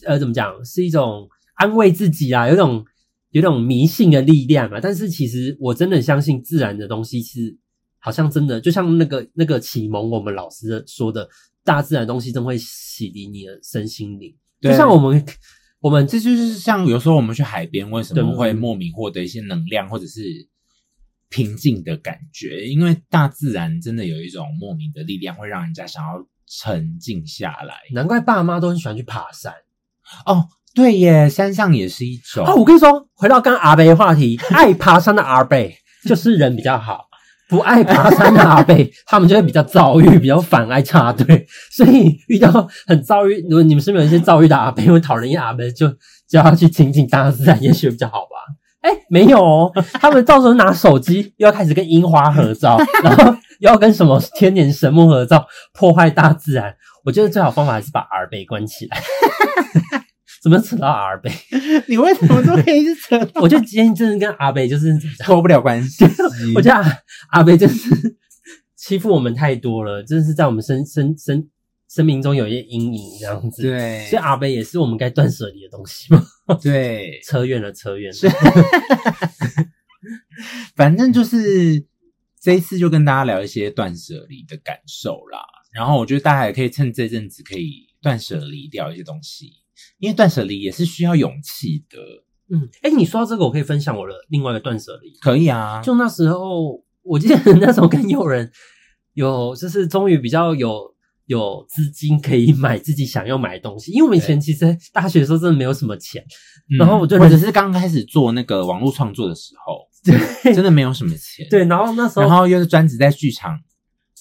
Speaker 2: 呃，怎么讲，是一种安慰自己啊，有一种有一种迷信的力量啊。但是其实我真的相信自然的东西是好像真的就像那个那个启蒙我们老师的说的，大自然的东西真会洗涤你的身心灵。就
Speaker 1: 对
Speaker 2: 像我们我们
Speaker 1: 这就是像有时候我们去海边，为什
Speaker 2: 对
Speaker 1: 么会莫名获得一些能量或者是平静的感觉？因为大自然真的有一种莫名的力量，会让人家想要沉静下来。
Speaker 2: 难怪爸妈都很喜欢去爬山
Speaker 1: 哦，对耶，山上也是一种。
Speaker 2: 啊！我跟你说，回到刚刚阿贝的话题，爱爬山的阿贝就是人比较好，不爱爬山的阿贝，他们就会比较躁郁，比较反爱插队。所以遇到很躁郁，如果你们身边有一些躁郁的阿贝或讨人厌的阿贝，就叫他去亲近大自然，也许比较好吧。哎、没有哦，他们到时候拿手机又要开始跟樱花合照，然后又要跟什么天年神木合照，破坏大自然。我觉得最好方法还是把 R 贝关起来。怎么扯到 R 贝？
Speaker 1: 你为什么都可以是扯到
Speaker 2: *laughs* 我就今天真的跟阿北 *laughs* 就是，
Speaker 1: *laughs* 脱不了关系？
Speaker 2: *laughs* 我觉得阿阿北就是欺负我们太多了，真的是在我们生生生生命中有一些阴影这样子。
Speaker 1: 对
Speaker 2: 所以阿北也是我们该断舍离的东西嘛。
Speaker 1: 对，
Speaker 2: 扯远了，扯远
Speaker 1: 是
Speaker 2: 了。
Speaker 1: 反正就是这一次就跟大家聊一些断舍离的感受啦。然后我觉得大家也可以趁这阵子可以断舍离掉一些东西，因为断舍离也是需要勇气的。
Speaker 2: 嗯，哎、你说到这个，我可以分享我的另外一个断舍离。
Speaker 1: 可以啊，
Speaker 2: 就那时候，我记得 *laughs* 那时候跟友人有，就是终于比较有有资金可以买自己想要买的东西，因为我们以前其实大学的时候真的没有什么钱，
Speaker 1: 嗯
Speaker 2: 然后我就
Speaker 1: 或者是刚开始做那个网络创作的时候，真的没有什么钱。
Speaker 2: 对，然后那时
Speaker 1: 然
Speaker 2: 候
Speaker 1: 后又是专职在剧场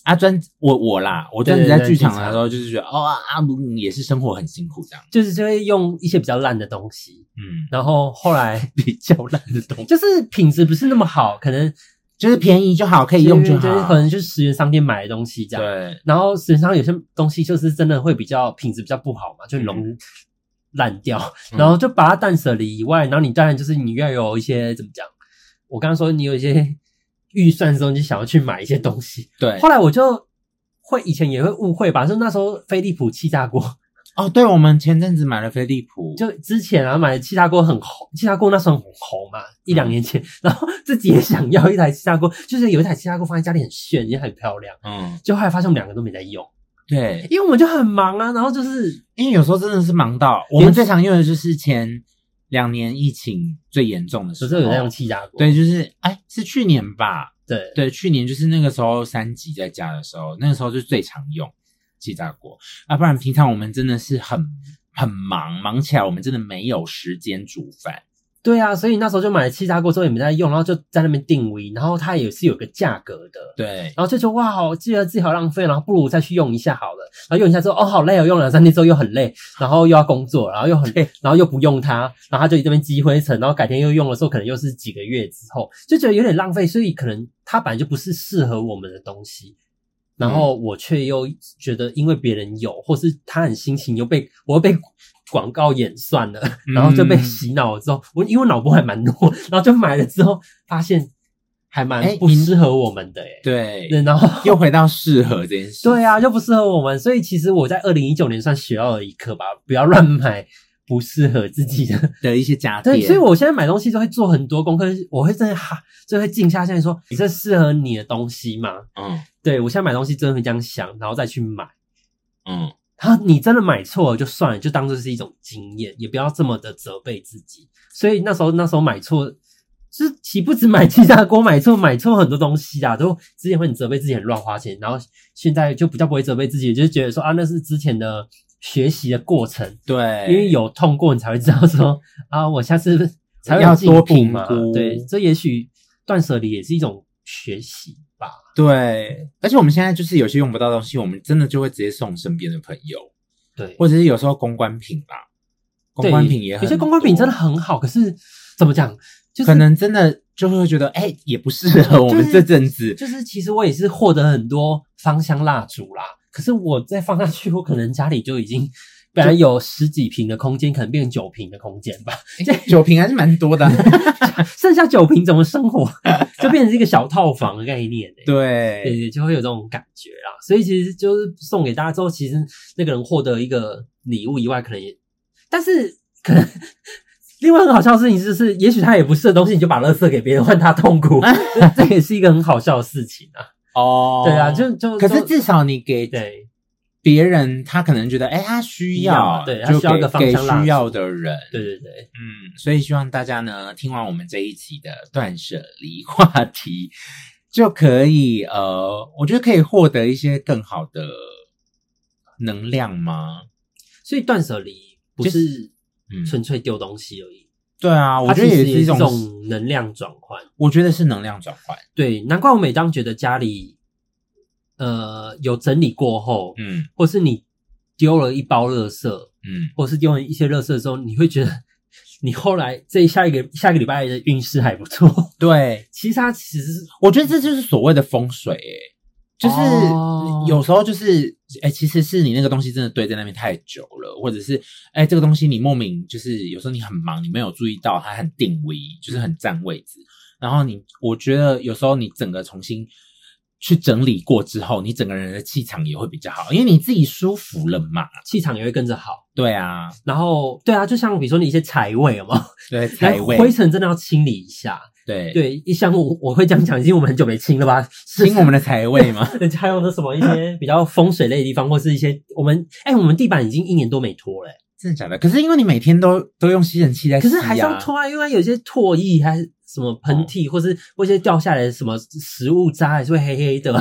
Speaker 1: 啊，专我我啦，我专职在剧场的时候就是觉得哦啊啊，嗯也是生活很辛苦这样，
Speaker 2: 就是就会用一些比较烂的东西，
Speaker 1: 嗯，
Speaker 2: 然后后来
Speaker 1: *laughs* 比较烂的东西，
Speaker 2: 就是品质不是那么好，可能
Speaker 1: 就是便宜就好，可以用
Speaker 2: 就
Speaker 1: 就是好啊
Speaker 2: 可。能就是十元商店买的东西这样，
Speaker 1: 对，
Speaker 2: 然后实际上有些东西就是真的会比较品质比较不好嘛，就容易烂掉，
Speaker 1: 嗯
Speaker 2: 然后就把它断舍离以外，然后你当然就是你要有一些怎么讲，我刚刚说你有一些预算的时候，你就想要去买一些东西，
Speaker 1: 对，
Speaker 2: 后来我就会以前也会误会吧，就那时候飞利浦气炸锅，
Speaker 1: 哦，对，我们前阵子买了飞利浦，
Speaker 2: 就之前啊买的气炸锅很红，气炸锅那时候很红嘛，一两年前， *laughs* 然后自己也想要一台气炸锅，就是有一台气炸锅放在家里很炫，也很漂亮，
Speaker 1: 嗯，
Speaker 2: 就后来发现我们两个都没在用。
Speaker 1: 对，
Speaker 2: 因为我们就很忙啊，然后就是
Speaker 1: 因为有时候真的是忙到我们最常用的就是前两年疫情最严重的时
Speaker 2: 只
Speaker 1: 候，
Speaker 2: 是有在用气炸锅。
Speaker 1: 对，就是哎，是去年吧？
Speaker 2: 对
Speaker 1: 对，去年就是那个时候三级在家的时候，那个时候就最常用气炸锅啊，不然平常我们真的是
Speaker 2: 嗯
Speaker 1: 很很忙，忙起来我们真的没有时间煮饭。
Speaker 2: 对啊，所以那时候就买了气炸锅之后也没在用，然后就在那边定位，然后它也是有个价格的，
Speaker 1: 对，
Speaker 2: 然后就觉得哇，好，记得自己好浪费，然后不如再去用一下好了。然后用一下之后，哦，好累哦，用了两三天之后又很累，然后又要工作，然后又很累，然后又不用它，然后它就这边积灰尘，然后改天又用的时候，可能又是几个月之后，就觉得有点浪费，所以可能它本来就不是适合我们的东西。然后我却又觉得，因为别人有，或是他很心情又被我又被广告演算了，
Speaker 1: 嗯
Speaker 2: 然后就被洗脑了之后，我因为脑波还蛮弱，然后就买了之后发现还蛮
Speaker 1: 哎
Speaker 2: 不
Speaker 1: 你
Speaker 2: 适合我们的欸诶、
Speaker 1: 对，
Speaker 2: 对，然后
Speaker 1: 又回到适合这件事。
Speaker 2: *laughs* 对啊，又不适合我们，所以其实我在二零一九年算学到了一课吧，不要乱买不适合自己的。
Speaker 1: 的一些家电，
Speaker 2: 对，所以我现在买东西都会做很多功课，我会真的哈，就会静下心来说，你这适合你的东西吗？
Speaker 1: 嗯
Speaker 2: 对我现在买东西真的会这样想，然后再去买。
Speaker 1: 嗯，
Speaker 2: 然后你真的买错了就算了，就当做是一种经验，也不要这么的责备自己。所以那时候那时候买错，就是岂不止买气炸锅买错，买错很多东西啊，都之前会很责备自己很乱花钱，然后现在就比较不会责备自己，就是觉得说啊那是之前的学习的过程，
Speaker 1: 对，
Speaker 2: 因为有痛过你才会知道说啊我下
Speaker 1: *laughs*
Speaker 2: 次才会有
Speaker 1: 要
Speaker 2: 进
Speaker 1: 多
Speaker 2: 步
Speaker 1: 评
Speaker 2: 嘛
Speaker 1: 估。
Speaker 2: 对，这也许断舍离也是一种学习吧。
Speaker 1: 对，而且我们现在就是有些用不到的东西，我们真的就会直接送身边的朋友，
Speaker 2: 对，
Speaker 1: 或者是有时候公关品啦，公
Speaker 2: 对
Speaker 1: 关品也很
Speaker 2: 有
Speaker 1: 多
Speaker 2: 些公关品真的很好，可是怎么讲？就是
Speaker 1: 可能真的就会觉得，哎、也不适合我们这阵子。
Speaker 2: 就是其实我也是获得很多芳香蜡烛啦，可是我再放下去，我可能家里就已经本来有十几平的空间，可能变成九平的空间吧， *laughs*
Speaker 1: 酒瓶还是蛮多的，
Speaker 2: 剩下九平怎么生活？ *laughs* 就变成一个小套房的概念、欸。对
Speaker 1: 对，
Speaker 2: *laughs* 对，就会有这种感觉啦。所以其实就是送给大家之后，其实那个人获得一个礼物以外，可能也，但是可能 *laughs* 另外很好笑的事情就是，
Speaker 1: *laughs*
Speaker 2: 也许他也不是的东西，你就把垃圾给别人，换他痛苦，这这也是一个很好笑的事情啊。
Speaker 1: 哦
Speaker 2: 对啊，就就
Speaker 1: 可是
Speaker 2: 就
Speaker 1: 至少你给
Speaker 2: 对
Speaker 1: 别人，他可能觉得，哎，他需要，
Speaker 2: 需要对他
Speaker 1: 就
Speaker 2: 需要一个
Speaker 1: 给
Speaker 2: 方
Speaker 1: 给
Speaker 2: 向蜡烛
Speaker 1: 需要的人，
Speaker 2: 对对对，
Speaker 1: 嗯，所以希望大家呢，听完我们这一期的断舍离话题，就可以呃，我觉得可以获得一些更好的能量吗？
Speaker 2: 所以断舍离不
Speaker 1: 就是嗯，
Speaker 2: 纯粹丢东西而已，
Speaker 1: 对啊，我
Speaker 2: 它
Speaker 1: 觉得
Speaker 2: 其实
Speaker 1: 是
Speaker 2: 也
Speaker 1: 一
Speaker 2: 是
Speaker 1: 种，
Speaker 2: 种能量转换。
Speaker 1: 我觉得是能量转换。
Speaker 2: 对，难怪我每当觉得家里呃有整理过后，
Speaker 1: 嗯
Speaker 2: 或是你丢了一包垃圾，
Speaker 1: 嗯，
Speaker 2: 或是丢了一些垃圾之后，你会觉得你后来这下一个下个礼拜的运势还不错。 *laughs*
Speaker 1: 对，
Speaker 2: 其实它其实是
Speaker 1: 我觉得这就是所谓的风水、欸，就是
Speaker 2: 哦
Speaker 1: 有时候就是，哎、其实是你那个东西真的堆在那边太久了，或者是，哎、这个东西你莫名就是有时候你很忙，你没有注意到它很定位，就是很占位置。然后你，我觉得有时候你整个重新去整理过之后，你整个人的气场也会比较好，因为你自己舒服了嘛。
Speaker 2: 气场也会跟着好。
Speaker 1: 对啊，
Speaker 2: 然后对啊，就像比如说你一些财位有没有？
Speaker 1: 对，财位，
Speaker 2: 灰尘真的要清理一下。
Speaker 1: 对，
Speaker 2: 哎对，一像我我会这样讲，已经我们很久没清了吧？是
Speaker 1: 听我们的财位嘛。
Speaker 2: 人家还有那什么一些比较风水类的地方，或是一些我们哎、我们地板已经一年多没拖
Speaker 1: *laughs*
Speaker 2: 了、欸
Speaker 1: 真的假的？可是因为你每天都都用吸尘器在吸、啊，
Speaker 2: 可是还是要拖啊，哦因为有些唾液还是什么喷嚏，或是或些掉下来的什么食物渣，还是会黑 *laughs* 黑的。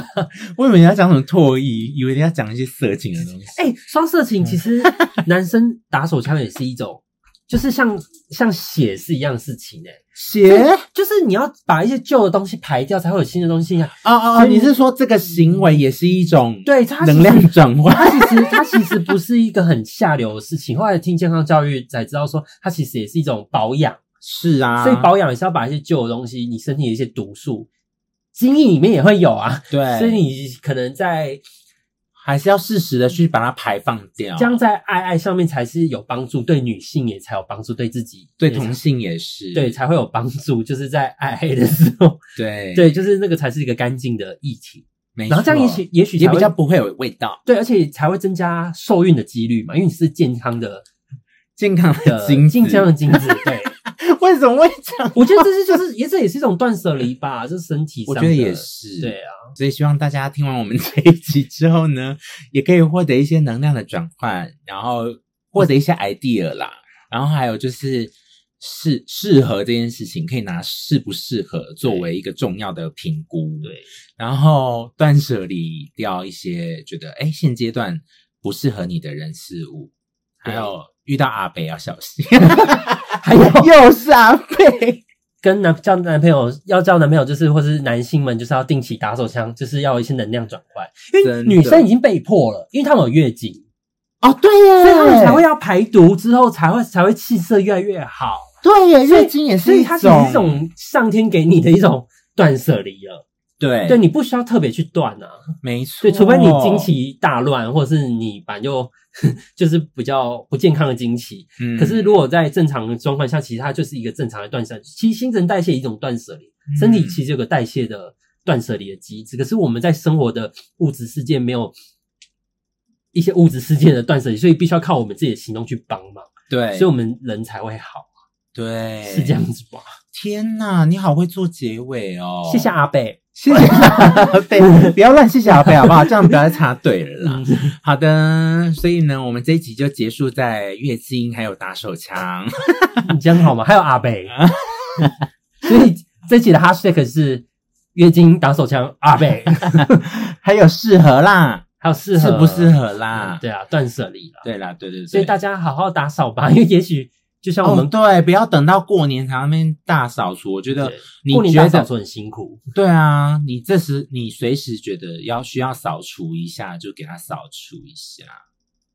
Speaker 1: 我以为你要讲什么唾液，以为你要讲一些色情的东西。
Speaker 2: 哎、双色情其实男生打手枪也是一种，就是像像血是一样的事情哎、
Speaker 1: 鞋
Speaker 2: 就是你要把一些旧的东西排掉，才会有新的东西啊。
Speaker 1: 啊啊啊！你是说这个行为也是一种
Speaker 2: 对，它其实
Speaker 1: 能量转换？
Speaker 2: 它其实它其实不是一个很下流的事情。后来听健康教育才知道说，它其实也是一种保养，
Speaker 1: 是啊，
Speaker 2: 所以保养也是要把一些旧的东西，你身体的一些毒素，精液里面也会有啊。
Speaker 1: 对，
Speaker 2: 所以你可能在
Speaker 1: 还是要适时的去把它排放掉。
Speaker 2: 这样在爱爱上面才是有帮助，对女性也才有帮助，对自己
Speaker 1: 对
Speaker 2: 也才
Speaker 1: 同性也是，
Speaker 2: 对才会有帮助，就是在爱爱的时候，
Speaker 1: *laughs* 对
Speaker 2: 对，，就是那个才是一个干净的议题。
Speaker 1: 没
Speaker 2: 然后这样也
Speaker 1: 错
Speaker 2: 许也许
Speaker 1: 也
Speaker 2: 才
Speaker 1: 比
Speaker 2: 会
Speaker 1: 较不会有味道，
Speaker 2: 对，而且才会增加受孕的几率嘛，因为你是健康的
Speaker 1: 健康的 *laughs*
Speaker 2: 的
Speaker 1: 精
Speaker 2: 健康
Speaker 1: 子
Speaker 2: 的精子。对，
Speaker 1: 为什么会这样？
Speaker 2: 我觉得这是就是也这也是一种断舍
Speaker 1: *laughs*
Speaker 2: 离吧，就是身体
Speaker 1: 我
Speaker 2: 上
Speaker 1: 觉
Speaker 2: 的。
Speaker 1: 得也是，
Speaker 2: 对啊，
Speaker 1: 所以希望大家听完我们这一集之后呢， *laughs* 也可以获得一些能量的转换，然后获得一些 idea 啦，然后还有就是适适合这件事情，可以拿适不适合作为一个重要的评估。
Speaker 2: 对，
Speaker 1: 然后断舍离掉一些觉得哎现阶段不适合你的人事物，
Speaker 2: 对
Speaker 1: 还有遇到阿北要小
Speaker 2: *laughs*
Speaker 1: 心，
Speaker 2: 还有
Speaker 1: 又是阿北，
Speaker 2: 跟男交男朋友要交男朋友，就是或是男性们就是要定期打手枪，就是要有一些能量转换，因为
Speaker 1: 真的
Speaker 2: 女生已经被迫了，因为她们有月经，
Speaker 1: 哦对
Speaker 2: 所以她们
Speaker 1: 耶，
Speaker 2: 才会要排毒，之后才会才会气色越来越好，
Speaker 1: 对耶，
Speaker 2: 所以
Speaker 1: 月经也
Speaker 2: 所
Speaker 1: 是
Speaker 2: 以
Speaker 1: 一
Speaker 2: 它其实是一种上天给你的一种断舍离了。
Speaker 1: 对
Speaker 2: 对，你不需要特别去断啊，
Speaker 1: 没错，
Speaker 2: 对，除非你经期大乱，或是你反正就 *laughs* 就是比较不健康的经期，
Speaker 1: 嗯，
Speaker 2: 可是如果在正常的状况下，其实它就是一个正常的断舍离。其实新陈代谢一种断舍离，
Speaker 1: 嗯
Speaker 2: 身体其实有个代谢的断舍离的机制。可是我们在生活的物质世界没有一些物质世界的断舍离，所以必须要靠我们自己的行动去帮忙，
Speaker 1: 嗯对，
Speaker 2: 所以我们人才会好，
Speaker 1: 对
Speaker 2: 是这样。子吧？
Speaker 1: 天哪，你好会做结尾哦！
Speaker 2: 谢谢，啊阿贝，
Speaker 1: 谢谢
Speaker 2: *laughs*
Speaker 1: 阿贝，不要乱谢谢阿贝好不好？这样不要再插队了啦。
Speaker 2: 嗯
Speaker 1: 好的，所以呢，我们这一集就结束在月经还有打手
Speaker 2: *laughs*
Speaker 1: 枪。
Speaker 2: 你这样好吗？还有
Speaker 1: *laughs*
Speaker 2: 阿贝，所以这期的 hashtag 是月经打手枪阿贝，
Speaker 1: *laughs* 还有适合啦，
Speaker 2: 还有适合
Speaker 1: 适不适合啦？
Speaker 2: 对啊，断舍离啦。
Speaker 1: 对啦，对对对，
Speaker 2: 所以大家好好打扫吧，因 *laughs* 为也许就像我
Speaker 1: 哦
Speaker 2: 们、
Speaker 1: 对，不要等到过年才在那边大扫除。我觉得
Speaker 2: 对
Speaker 1: 你
Speaker 2: 过年
Speaker 1: 觉
Speaker 2: 打扫
Speaker 1: 得
Speaker 2: 除很辛苦，
Speaker 1: 对啊，你这时你随时觉得要需要扫除一下，就给它扫除一下。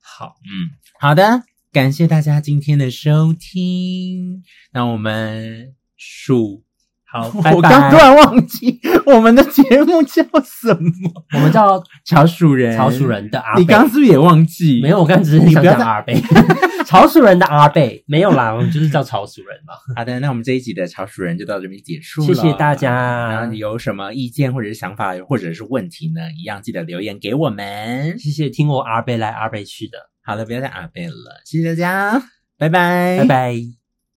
Speaker 2: 好，
Speaker 1: 嗯，好的，感谢大家今天的收听。那我们数，
Speaker 2: 好，拜
Speaker 1: *laughs* 我刚突
Speaker 2: 拜。
Speaker 1: 然忘记我们的节目叫什 *laughs* 么，
Speaker 2: 我们叫
Speaker 1: 潮鼠人，
Speaker 2: 草鼠，人的阿
Speaker 1: 哎
Speaker 2: 贝，
Speaker 1: 你刚刚是不是也忘记？
Speaker 2: 没有，我刚刚只是
Speaker 1: 你
Speaker 2: 想
Speaker 1: 不要
Speaker 2: 讲阿贝， *laughs* 草鼠人的阿贝没有啦，我们就是叫草鼠人
Speaker 1: *laughs*
Speaker 2: 嘛。
Speaker 1: 好的，那我们这一集的潮鼠人就到这边结束了，
Speaker 2: 谢谢大。
Speaker 1: 然
Speaker 2: 家
Speaker 1: 后，有什么意见或者是想法或者是问题呢？一样记得留言给我们。
Speaker 2: 谢谢听我阿贝来阿贝去的，
Speaker 1: 好了，不要再阿贝了，谢谢大家，拜拜，
Speaker 2: 拜拜。